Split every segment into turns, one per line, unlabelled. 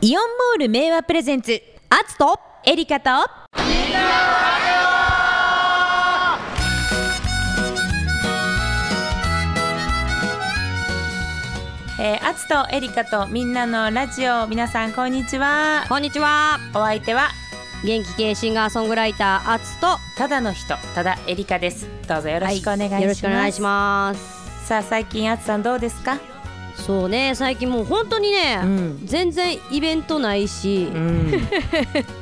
イオンモール名和プレゼンツアツとエリカと
えー、アツとエリカとみんなのラジオ皆さんこんにちは
こんにちは
お相手は
元気系シンガーソングライターアツと
ただの人ただエリカですどうぞよろしくお願いします、
よろしくお願いします
さあ最近アツさんどうですか
そうね最近もう本当にね、
うん
全然イベントないし、
うん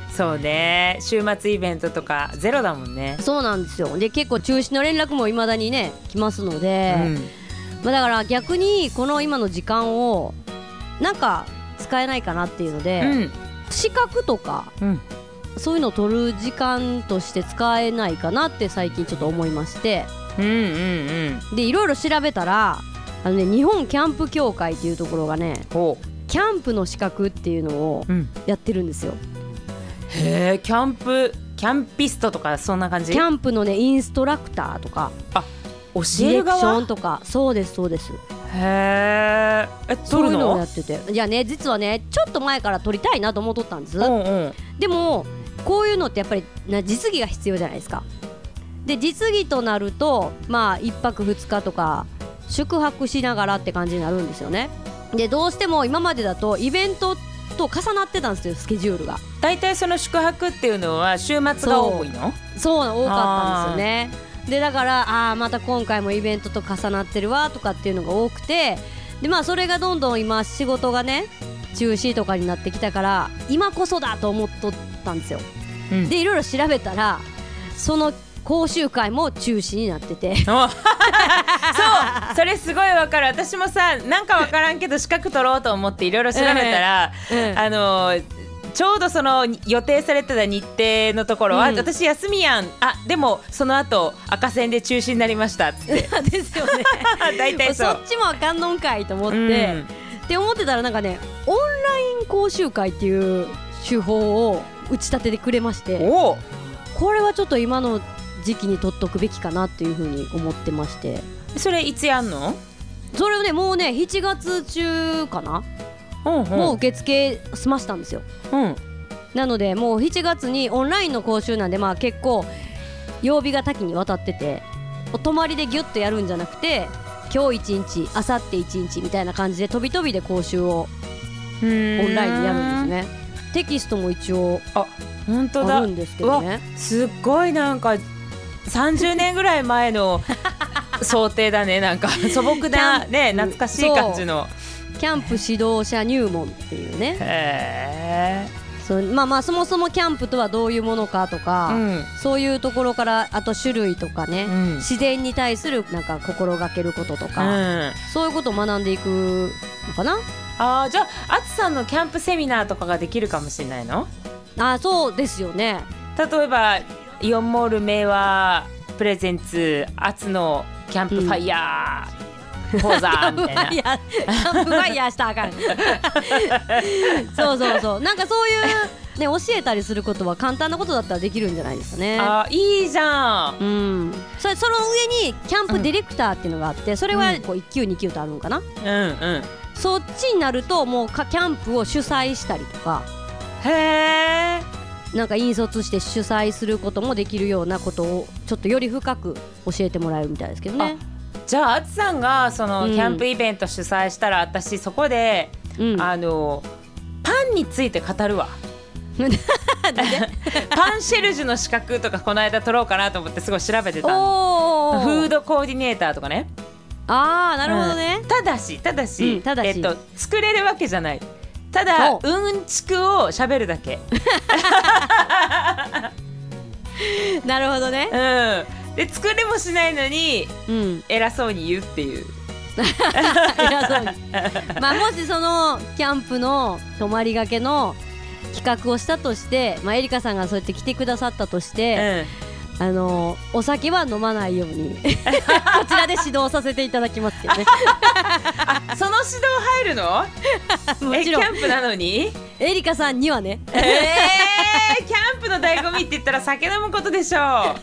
そうね週末イベントとかゼロだもんね、
そうなんですよで結構中止の連絡もいまだにね来ますので、
うん
まあ、だから逆にこの今の時間をなんか使えないかなっていうので、
うん
資格とか
うん
そういうのを取る時間として使えないかなって最近ちょっと思いまして
うんうんうん
でいろいろ調べたらあの、ね、日本キャンプ協会っていうところがね
ほ
キャンプの資格っていうのを
う、うん、
やってるんですよ
へえキャンプキャンピストとかそんな感じ
キャンプのねインストラクターとか
教
ディ
え
レ
る
クショ
側
ンとかそうですそうです
へーえ
そ
撮
うい
る
うのを
の
やってていやね実はねちょっと前から撮りたいなと思っとったんです
うんうん
でもこういうのってやっぱりな実技が必要じゃないですかで実技となるとまあ1泊2日とか宿泊しながらって感じになるんですよねでどうしても今までだとイベントと重なってたんですよスケジュールが
大体その宿泊っていうのは週末が多いの
そう多かったんですよねでだからあーまた今回もイベントと重なってるわとかっていうのが多くてでまあそれがどんどん今仕事がね中止とかになってきたから今こそだと思っとったんですよ、
うん
でいろいろ調べたらその講習会も中止になってて
お そうそれすごいわかる私もさなんかわからんけど資格取ろうと思っていろいろ調べたら、
ええ
あのーちょうどその予定されてた日程のところは、
うん
私休みやんあでもその後赤線で中止になりましたっつって
ですよね
大体 そ
そうっ。ちもあかんのんかいと思っ
うん
て、って思ってたらなんかねオンライン講習会っていう手法を打ち立ててくれまして
おう
これはちょっと今の時期に取っとくべきかなっていうふうに思ってまして
それいつやんの、
それをねもうね7月中かな、
うんうん
もう受付済ましたんですよ
うん
なのでもう7月にオンラインの講習なんでまあ結構曜日が多岐にわたっててお泊まりでギュッとやるんじゃなくて今日1日明後日1日みたいな感じで飛び飛びで講習を
オ
オン
ン
ラインでやるんですねテキストも一応
本当
あ
だ
るんですけどね
すっごいなんか30年ぐらい前 の想定だねなんか素朴な
キャンプ
ね懐かしい感じの
キャンプ指導者入門っていうね
へえ
そうまあまあそもそもキャンプとはどういうものかとか、
うん
そういうところからあと種類とかね、
うん
自然に対するなんか心がけることと
う
か、
ん
そういうことを学んでいくのかな
あーじゃああつさんのキャンプセミナーとかができるかもしれないの
あそうですよね
例えばイオンモール名はプレゼンツあつのキャンプファイヤー講座みたいな
いやキャンプファイヤーしたらあ かんそうそうそうなんかそういう、ね、教えたりすることは簡単なことだったらできるんじゃないですかね
あーいいじゃん
うん、それその上にキャンプディレクターっていうのがあって、それはこう1級2級とあるのかな、
うんうん
そっちになるともうかキャンプを主催したりとか
へえ
なんか引率して主催することもできるようなことをちょっとより深く教えてもらえるみたいですけどね。
じゃああつさんがその
うん
キャンプイベント主催したら、私そこで、
うん、
あのパンについて語る わパンシェルジュの資格とかこの間取ろうかなと思ってすごい調べてたの
おー
フードコーディネーターとかね
あーなるほどね、
ただしただし,、
うんただし
えっと、作れるわけじゃないただ
そう
うんちくをしゃべるだけ、
なるほどね、
うん、で作れもしないのに
うん、
偉そうに言うっていう
偉そうにまあもしそのキャンプの泊まりがけの企画をしたとして、まあ、エリカさんがそうやって来てくださったとして、あのお酒は飲まないよ うにこちらで指導させていただきますけどね
うん、その指導入るの
も
え
ち
キ
ろん
ャンプなのに
エリカさんにはね
えー、キャンプの醍醐味って言ったら酒飲むことでしょ
だ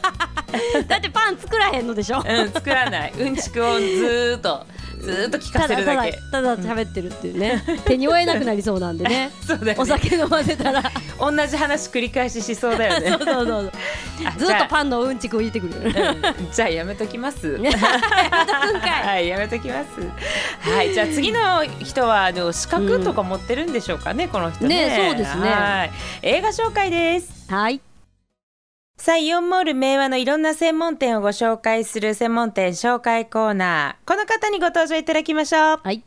ってパン作らへんのでしょ
う、うん、作らないうんちくをずーっとずーっと聞か
た
せ
だ
る
た
だ
だ
け
ただ喋ってるっていうね、手に負えなくなりそうなん でね
そうだよね
お酒飲ませたらそ
同じ話繰り返ししそうだよね
う そうそう
あ
ずっとパンのうんちくを言ってくる、
じゃあうんじゃあやめときます はい、やめときます。はい、じゃあ次の人はあの資格とか持ってるんでしょうかね、この人ね。
ねそうですね
はい映画紹介です。
はい
さあ、イオンモール名和のいろんな専門店をご紹介する専門店紹介コーナー。この方にご登場いただきましょう。
はい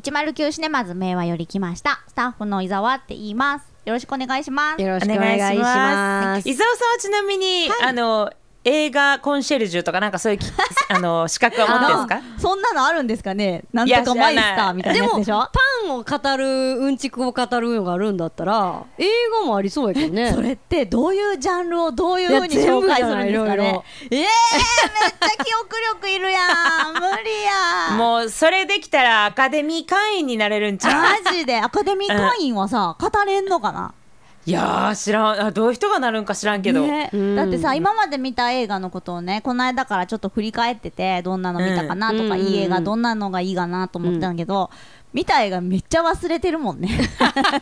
109シネマズ名和より来ましたスタッフの伊沢って言いますよろしくお願いします
よろしくお願いします
伊沢さんはちなみに、あの映画コンシェルジュとかなんかそういう きあの資格は持ってるんですか？
そんなのあるんですかねなん
いや
とかマイス
知
タ
らない
ーみたい
で
なやつ
も
でしょ
パンを語るうんちくを語るのがあるんだったら映画もありそうやけどね
それってどういうジャンルをどういうふうに
いや全
紹
部じ
介
ゃ
す
な
るん
い
ですか
いろい
ね
ろ
えー、めっちゃ記憶力いるやん無理 やん
もうそれできたらアカデミー会員になれるんちゃう？
マジでアカデミー会員はさ語れんのかない
やー知らんあどういう人がなるんか知らんけど、
ね
うん
だってさ今まで見た映画のことをねこの間からちょっと振り返っててどんなの見たかなとか、
うん
いい映
うんうんう
画
ん
どんなのがいいかなと思ったんだけど、見た映画めっちゃ忘れてるもんね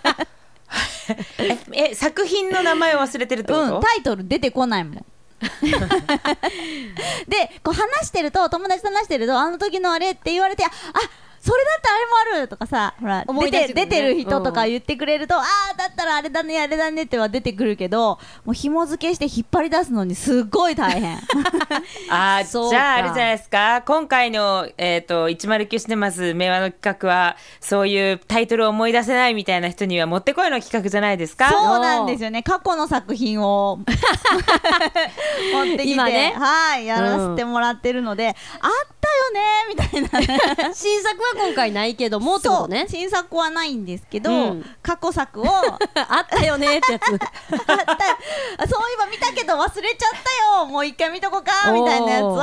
ええ作品の名前を忘れてるってこと、
うんタイトル出て こないもんでこう話してると友達と話してるとあの時のあれって言われてあそれだったらあれもあるとかさほら
思い
出
出しててくる
出
ね
てる人とか言ってくれると、ああだったらあれだねあれだねっては出てくるけどもう紐付けして引っ張り出すのにすっごい大変
あ
そう
じゃああ
か
れじゃないですか今回の、えー、と109シネマズ名和の企画はそういうタイトルを思い出せないみたいな人にはもってこいの企画じゃないですか
そうなんですよね過去の作品を 持ってきて
今ね
はいやらせてもらってるので、あったよねみたいな
新作は今回ないけどもってことね
そう 新作はないんですけど、
うん
過去作をあった
あったよねってやつ
あそういえば見たけど忘れちゃったよもう一回見とこかみたいなやつを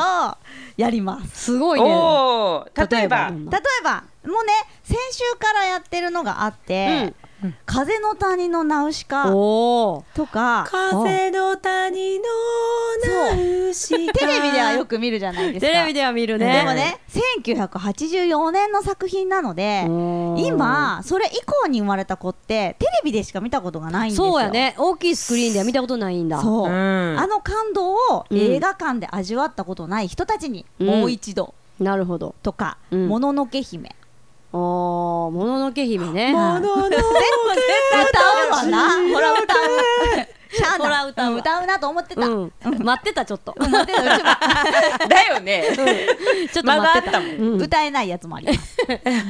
やります
すごいね
おお例
例
え
え
ば
ば
例えばもうね先週からやってるのがあって「風の谷のナウシカ」
おお
とか
風の谷のナウシカ
テレビではよく見るじゃないですか
テレビでは見る
で
ね
もね1984年の作品なので
おー
今それ以降に生まれた子ってテレビでしか見たことがないんですよ
そうやね大きいスクリーンでは見たことないんだ
そう、
うん
あの感動を映画館で味わったことない人たちにもう一度
なるほど
とか「
うん
もののけ姫
おーもののけ姫」ね
もののけ歌うわ なほら歌うしゃあ
ほ
な
ら
い
歌う
歌うなと思ってた、
うん待ってたちょっと
思ってたうちも
だよ ね、
ちょっと
間があ
待
っ
っ
た
てた
もん、
うん
歌えないやつもあります。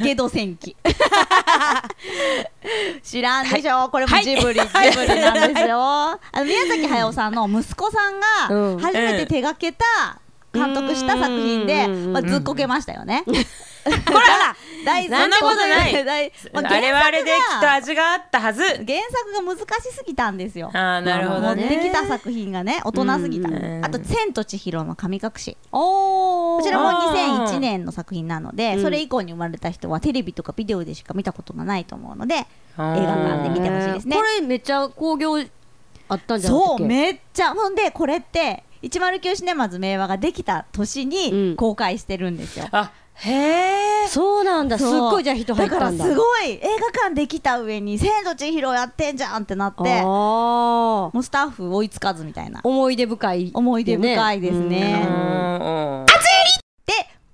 ゲド戦記。知らんでしょ、これもジブリ、ジブリなんですよ。あの宮崎駿さんの息子さん
うん
が初めて手がけた、監督した作品で、
うん
まあ、ずっこけましたよね。ほら、大
そんなことない
大ま
あれはあれできっと
原
味があったはず
作が原作が難しすぎたんですよ。
あーなるほど
持
ね
ってきた作品がね、大人すぎた。
うん
あと、千と千尋の神隠し。
お
こ
こ
ちらも
あー
2001年の作品なの
う
で
ん
それ以降に生まれた人はテレビとかビデオでしか見たことがないと思うので映画館で見てほしいですね
こ。れめっちゃ興行あったんじゃなかった
そ
っけ
うめっちゃほんでこれって109シネマズ名和ができた年
う
に
ん
公開してるんですよ。
あへえ
そうなんだすっ
そう
ごいじゃあ人入ったんだ
だからすごい映画館できた上に「千と千尋」やってんじゃんってなっても
あー
うスタッフ追いつかずみたいな
思い出深い
思い出深いですね
う
うん
んうん
で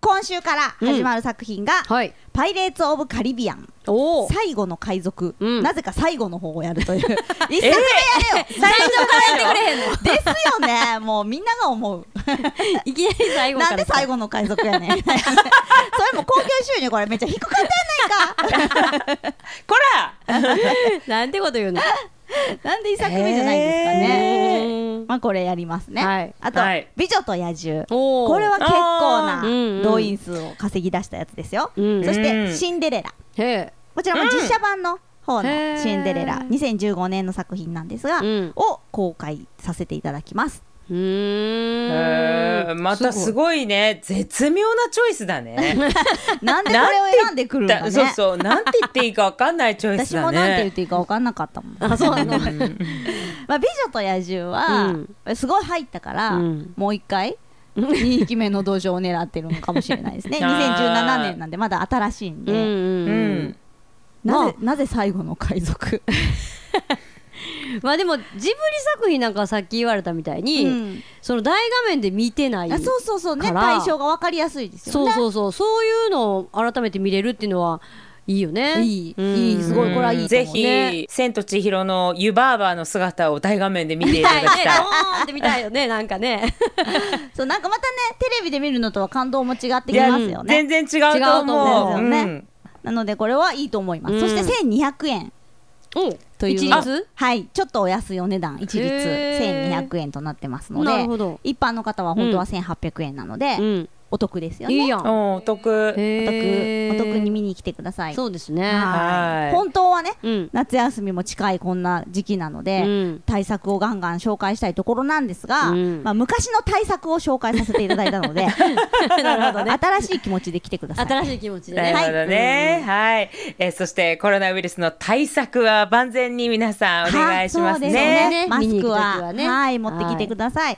今週から始まる作品が
うんはい
「パイレーツ・オブ・カリビアン」
おお
最後の海賊、
うん
なぜか最後の方をや るという一作目やれよ、
最初からやってくれへんの
ですよねもうみんなが思う
いきなり最後か
な
ら
んで最後の海賊やねん それも興行収入これめっちゃ低かったや ないか
こら
なんてこと言うの
なんで一作目じゃないですかね、
うん
まあこれやりますね、
はい
あと、
はい
美女と野獣
おー
これは結構
あ
な
ーうんうん
動員数を稼ぎ出したやつですよ、
うん
そし
うん
てシンデレラ
へえ
こちらも実写版の方
へ
の
ー
シンデレラ2015年の作品なんですが、
うん
を公開させていただ きます
うー
えー
ん
またすごいね絶妙なチョイスだ ね
なんでこれを選んでくるんだね。
そうそうなんて言っていいかわかん ないチョイス
私
だね
もなんて言っていいか分かんなかったもん。
あそうなの
まあ、美女と野獣は、すごい入ったから、
うん
もう一回いいイケメンの道場を狙ってるのかもしれないで すね
あー
2017年なんでまだ新しいん
う
で、
ん
う
うんうん
ん
な
ま
ぜなぜ最後の海賊、
まあでもジブリ作品なんかはさっき言われたみたいに、その大画面で見てない
あ そうそうそうね
から
対象が分かりやすいですよ
そ
ね
うそうそうそういうのを改めて見れるっていうのはいいよね
いい
うん
いいすごいこれはいいと
ぜ
思う
ひ、
ね
千と千尋の湯婆婆の姿を大画面で見ていた だきたい。
ドーンって見たいよねなんか ね
そうなんかまたねテレビで見るのとは感動も違ってきますよね
全然違うと思う。
違うと思うんですよねなのでこれはいいと思います、
うん
そして1200円
お
という
一
あ
律
はいちょっとお安いお値段一律
へー
1200円となってますの
なる
で
ほど、
一般の方は本当は1800円なので、
うん、
お得ですよね
いいや
うんんおお得。
お
へー
得お得に見に来てください
そうですね
はい
はい
本当はね
うん
夏休みも近いこんな時期なので、
うん
対策をガンガン紹介したいところなんですが、
うん
まあ、昔の対策を紹介させていただいた ので 新しい気持ちで来てください。
新しい気持ちで
な
ね
るほどね。
うん
はい、えーそしてコロナウイルスの対策は万全に皆さんお願いします
は
ね。
いそうですよ
ね
マスク
見に行く時
は
はね
はい持ってきてください。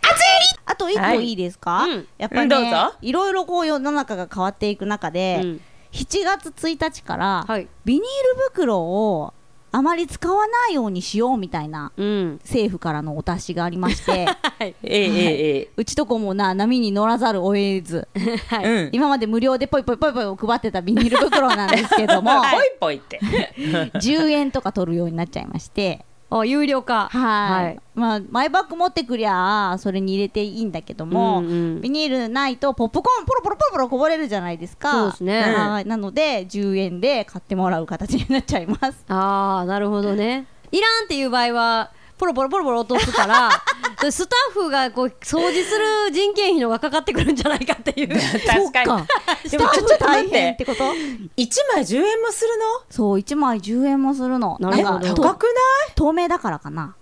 あと一
は
個
い
いいですか？
うん
やっぱ
うん
り、
どうぞ
ね、いろいろこう世の中が変わっていく中で、
うん
7月1日から
はい
ビニール袋をあまり使わないようにしようみたいな
うん
政府からのお達しがありま し て、
はい
ええええ
うちとこもな波に乗らざるを得ず、
ええ。うん。
今まで無料でポイポイポイポイを配ってたビニール袋なんですけど も、
ポイポイって。
10円とか取るようになっちゃいまして。
あ有料化
はい、
はい
まあマイバッグ持ってくりゃそれに入れていいんだけど
う
も、
んうん
ビニールないとポップコーンポロポロポロポロこぼれるじゃないですか
そうですね
はいなので10円で買ってもらう形になっちゃいます
ああなるほどねいらんっていう場合はポロポロポロポロ落とすから でスタッフがこう掃除する人件費のがかかってくるんじゃないかって いう
確か
そっ
に。でもちょちょっと待
大
っ
変って
て。
こと
一枚十円もする
そう1枚10円もするの
なるほど
の？え
んか
高く
透明だからかな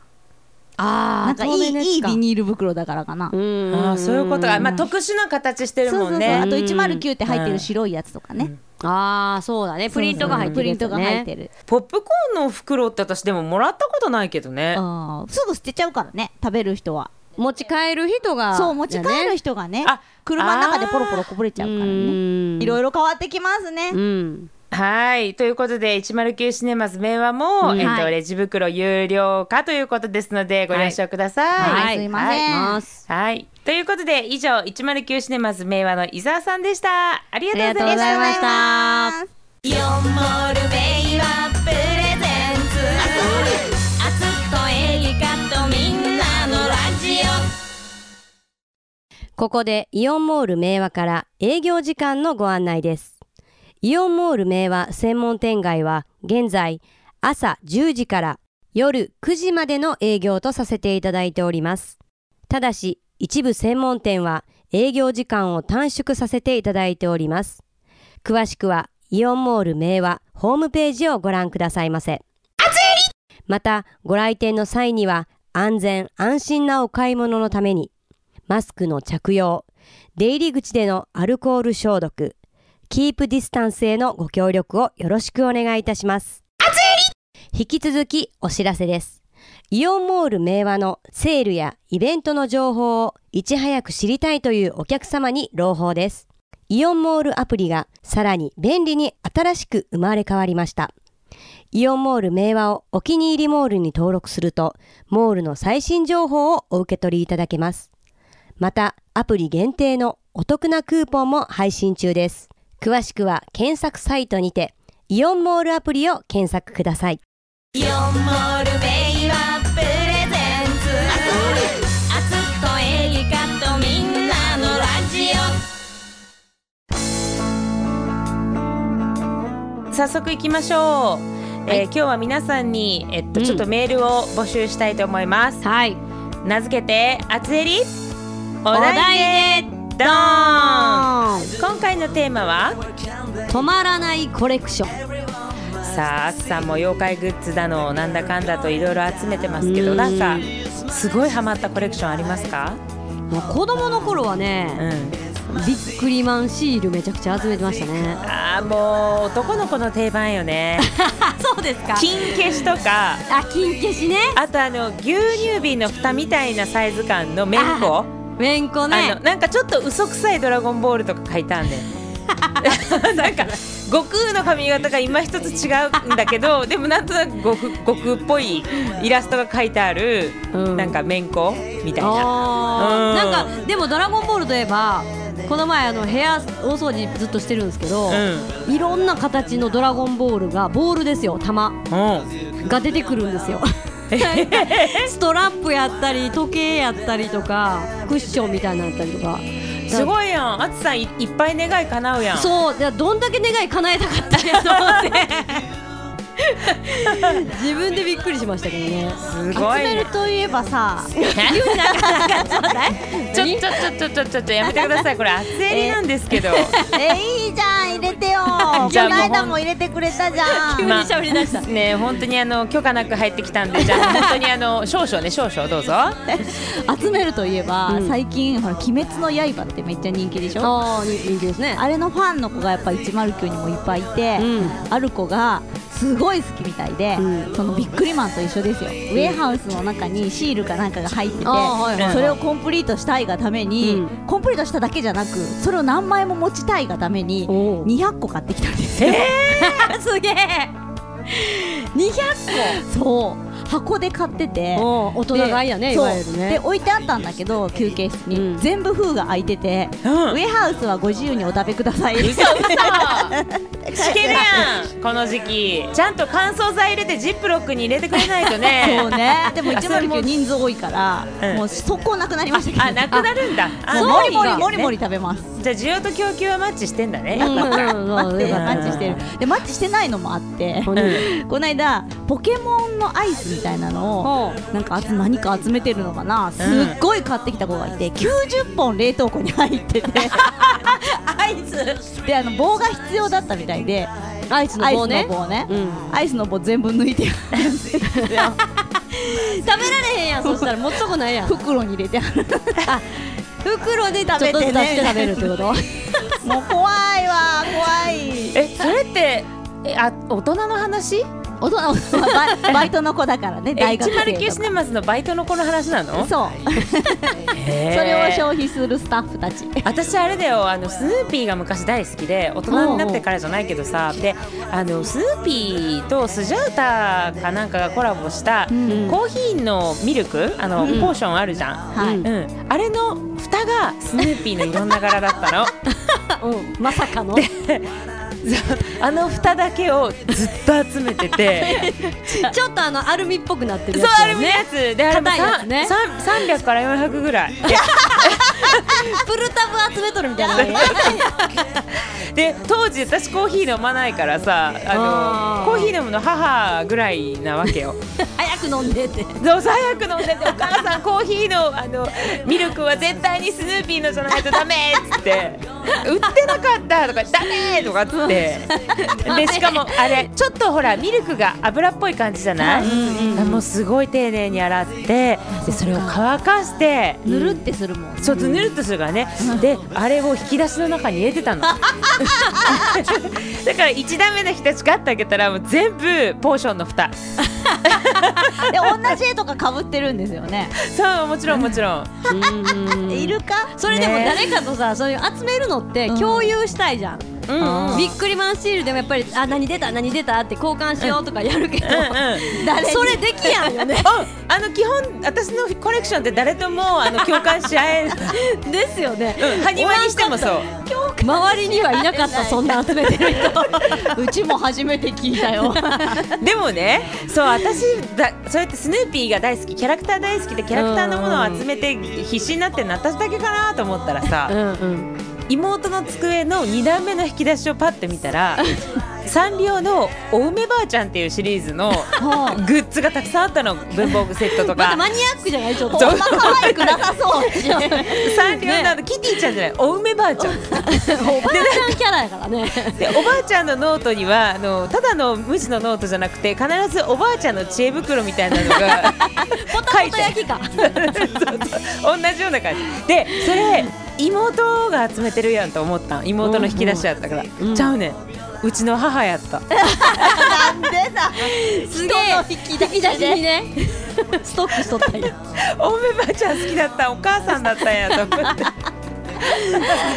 あ
なんかいいいいビ
ニ
ニール袋だからかな
ない？ああそういうことが、まあ特殊な形してる
そう
も
そ
ん
うそうあ
ね。
と109って入ってる白いやつとかね、
ああそうだねプリントが入ってるやつ
プリントが入っ
ね
てる、
ポップコーンの袋って私でももらったことないけどね。
あーすぐ捨てちゃうからね食べる人は
持ち帰る人が
そう持ち帰る人がね
あ
車の中でポロポロこぼれちゃうからねいろ
い
いろ変わってきますね、
うん
はい。ということで、109シネマズ名和も、
うん
えっと、
はい
レジ袋有料化ということですので、ご了承ください。
はいすいません
ます
はい。ということで、以上、109シネマズ名和の伊沢さんでした。ありがとうございました。
ありがとう
イ
ございました
オンモールベイはプレゼンツあつとエリカとみんなのラジオ
ここでイオンモール明和から営業時間のご案内です。イオンモール明和専門店街は現在朝10時から夜9時までの営業とさせていただいております。ただし一部専門店は営業時間を短縮させていただいております。詳しくはイオンモール明和ホームページをご覧くださいませ。またご来店の際には安全安心なお買い物のためにマスクの着用、出入り口でのアルコール消毒、キープディスタンスへのご協力をよろしくお願いいたします。引き続きお知らせです。イオンモール明和のセールやイベントの情報をいち早く知りたいというお客様に朗報です。イオンモールアプリがさらに便利に新しく生まれ変わりました。イオンモール明和をお気に入りモールに登録すると、モールの最新情報をお受け取りいただけます。また、アプリ限定のお得なクーポンも配信中です。詳しくは検索サイトにて、イオンモールアプリを検索ください。
イオンモールベイはプレゼンツあつとエリカとみんなのラジオ
早速行きましょう。えー今日は皆さんに、えっと、
うん
ちょっとメールを募集したいと思います。
はい。
名付けて、あつえり、お
題
題で、ドーン今回のテーマは、
止まらないコレクション。
さあ、あつさんも妖怪グッズだの、なんだかんだといろいろ集めてますけど、
うん
なんか、すごいハマったコレクションありますか
もう子供の頃は
う
ね、
ん。
ビックリマンシールめちゃくちゃ集めてましたね。
あーもう男の子の定番よ ね
あ、そうですか
金消しとか
あ、金消しね。
あとあの牛乳瓶の蓋みたいなサイズ感の麺粉
めんこ
あ
ね
のなんかちょっと嘘くさい「ドラゴンボール」とか書いたんで なんか悟空の髪型が今一つ違うんだけどでもなんとなく悟空悟空っぽいイラストが書いてある、
うん
なんかめんこみたいな。
あ
う
ー
ん
なんかでも「ドラゴンボール」といえばこの前あの部屋大掃除ずっとしてるんですけど、いろんな形の「ドラゴンボール」がボールですよ玉
うんうん
が出てくるんですよなんか ストラップやったり時計やったりとかクッションみたいなのやったりとか
すごいやん、あつさんいいっぱい願い叶うやん。
そうじゃあどんだけ願い叶えたかったんやと思って 自分でびっくりしましたけどね
すご
集
い
め
ね
る。といえ ばさ
ちょちょちょちょちょちょやめてください。これ厚襟なんです けど。
えいいじゃん入れて よこ
じゃあ
の
もうほん
間も入れてくれたじゃ
急
ん
に喋り 出した
ね本当にあの許可なく入ってきたんでじゃあ本当にあの少々ね少々どうぞ。
集めるといえば、
うん
最近ほら「鬼滅の刃」ってめっちゃ人気でしょ
ああ人気ですね
あれのファンの子がやっぱ109にもいっぱいいて、
うん
ある子がすごい好きみたいで、
うん
そのビックリマンと一緒ですよ、ウェアハウスの中にシールかなんかが入ってて、
あーはいはいはい
それをコンプリートしたいがために、
うん
コンプリートしただけじゃなくそれを何枚も持ちたいがために
おう
200個買ってきたんです よ、
すげえ200
そう箱で買ってて
個大人買いやね
で
いわゆる
そうで
ね
置いてあったんだけど休憩室に、
うん
全部封が開いてて、
うん
ウェアハウスはご自由にお食べくだ さい
嘘嘘。しけるやんこの時期。ちゃんと乾燥剤入れてジップロックに入れてくれないとね。
そうねでも109人数多いから、
うん
もう速攻なくなりましたけど
あなくなるんだ。あ
もう
そう
もりもり
なんだ
もりもり食べます
じゃあ需要と供給はマッチしてんだね。
うんうんうん
待
う
っ
ん
て
よか
マ
った
ッチしてるでマッチしてないのもあって
うん
この間ポケモンのアイスみたいなのをなんかあつ何か集めてるのかなすっごい買ってきた子がいて90本冷凍庫に入っててアイスであの棒が必要だったみたいで
アイスの
アイス
棒
の
ね
棒ね
うん
アイスの棒全部抜いてあるんですよ
食べられへんやんそしたら持っとこないやん
袋に入れてある
袋でちょっとずつ出して食べるって こと
もう怖いわ怖い
えそれってえあ大人の話？
おとおとバイバイトの子だからね
え
大学生と
109シネマズのバイトの子の話なの？
そう
へー
それを消費するスタッフたち
私あれだよあのスヌーピーが昔大好きで大人になってからじゃないけどさであのスヌーピーとスジャータかなんかがコラボしたコ
ん
ーヒーのミルクあの、ポーションあるじゃん、
はい、
うん
うん、あれの蓋がスヌーピーの色んな柄だったの
うんまさかの
あの蓋だけをずっと集めて て
ちょっとあのアルミっぽくなってる
そう
やつ
あ
だ
れ
よ
もや
ね
つであれも
硬いやつね
さん300から400ぐらい
プルタブ集めとるみたいなのね
で当時私コーヒー飲まないからさあ
あー
のコーヒー飲むの母ぐらいなわけよ
早く飲んでって
どうぞ早く飲んでてお母さんコーヒーのあのミルクは絶対にスヌーピーのじゃないとダメっつって売ってなかったとかダメとかっつってでしかもあれちょっとほらミルクが油っぽい感じじゃない、もうすごい丁寧に洗ってでそれを乾かして
ぬるってするもん、
ちょっとぬるっとするからね、であれを引き出しの中に入れて たのだから1段目の引き出しガッと開けたらもう全部ポーションの蓋
で同じ絵とかかぶってるんですよね
そうもちろんもちろん
いるか
それでも誰かとさそういう集めるのって共有したいじゃん
うんうん
ビックリマンシールでもやっぱりあ何出た何出たって交換しようとかやるけど
うん
誰に
それできやんよね
あの基本私のコレクションって誰ともあの共感し合えない、
ですよね
うん、ハニワにしてもそう
周りにはいなかったそんな集めてる人
うちも初めて聞いたよ
でもねそう私だそうやってスヌーピーが大好きキャラクター大好きでキャラクターのものを集めて必死になってるの私だけかなと思ったら
う
さ
んうん
妹の机の2段目の引き出しをパッて見たらサンリオの「お梅ばあちゃん」っていうシリーズのグッズがたくさんあったの文房具セットと
また
か
マニアックじゃないちょっと
そう
そんな可愛くなさ そう
サンリオのあのキティちゃんじゃないお梅ばあちゃん
おばあちゃんキャラやからね
でおばあちゃんのノートにはあのただの無地のノートじゃなくて必ずおばあちゃんの知恵袋みたいなのが
ポタポタ 焼きか
同じような感じでそれ妹が集めて るやんと思ったん妹の引き出しやったから、ちゃうねんうちの母やった
すげえ引き出しにねストックしとったんや
おめばあちゃん好きだったお母さんだったんやと思って
す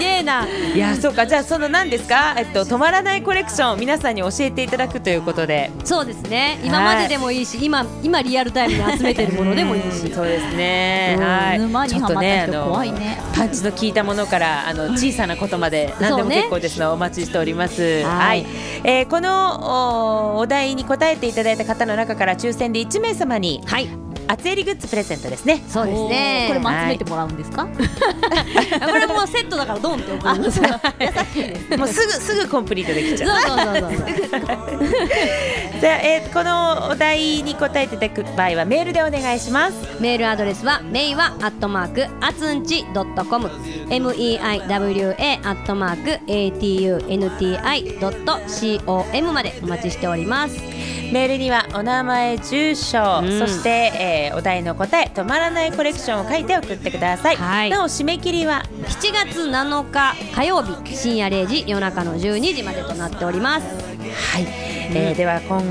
げえない
やそうかじゃあその何ですか、えっと、止まらないコレクションを皆さんに教えていただくということで
そうですね今まででもいいし、今今リアルタイムに集めてるものでもいいし
うんそうですね、
うん
はい
沼にはまった人
ちょと
怖いね
あのパンチの効いたものからあの小さなことまで何でも
そうね
結構ですの、お待ちしておりますは、
はいい
えーこのおお題に答えていただいた方の中から抽選で1名様に
はい
厚襟グッズプレゼントですね
そうです
おーこれ
ね
も集めてもらうんですか、
あ これもうセットだからドンって送りますそう
もうすぐ すぐコンプリートできちゃう
そうそうそう
じゃあ、えーこのお題に答えていただく場合はメールでお願いします
メールアドレスはメイはアットマークあつんち .com meiwa アットマーク atunti.com までお待ちしております
メールにはお名前住所、
うん
そして、えーお題の答え止まらないコレクションを書いて送ってください、
はい
なお締め切りは
7月7日火曜日深夜0時夜中の12時までとなっております
はい、えーでは今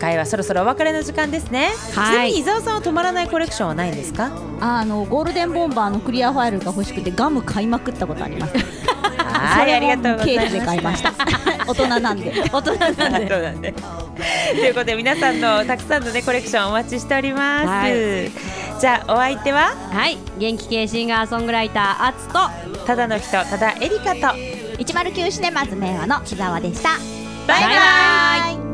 回はそろそろお別れの時間ですね、
は
ちなみ
い
に伊沢さんは止まらないコレクションはないんですか
あのゴールデンボンバーのクリアファイルが欲しくてガム買いまくったことあります
はいありがとうございま
ケーキで買 いまし
し た
大人なんで
大人な ん
た
で
そうなんでということで皆さんのたくさんのねコレクションお待ちしております、
はい
じゃあお相手は
はい元気系シンガーソングライターアツと
ただの人ただエリカと
109シネマズ名和の木澤でした
バイバイ
イ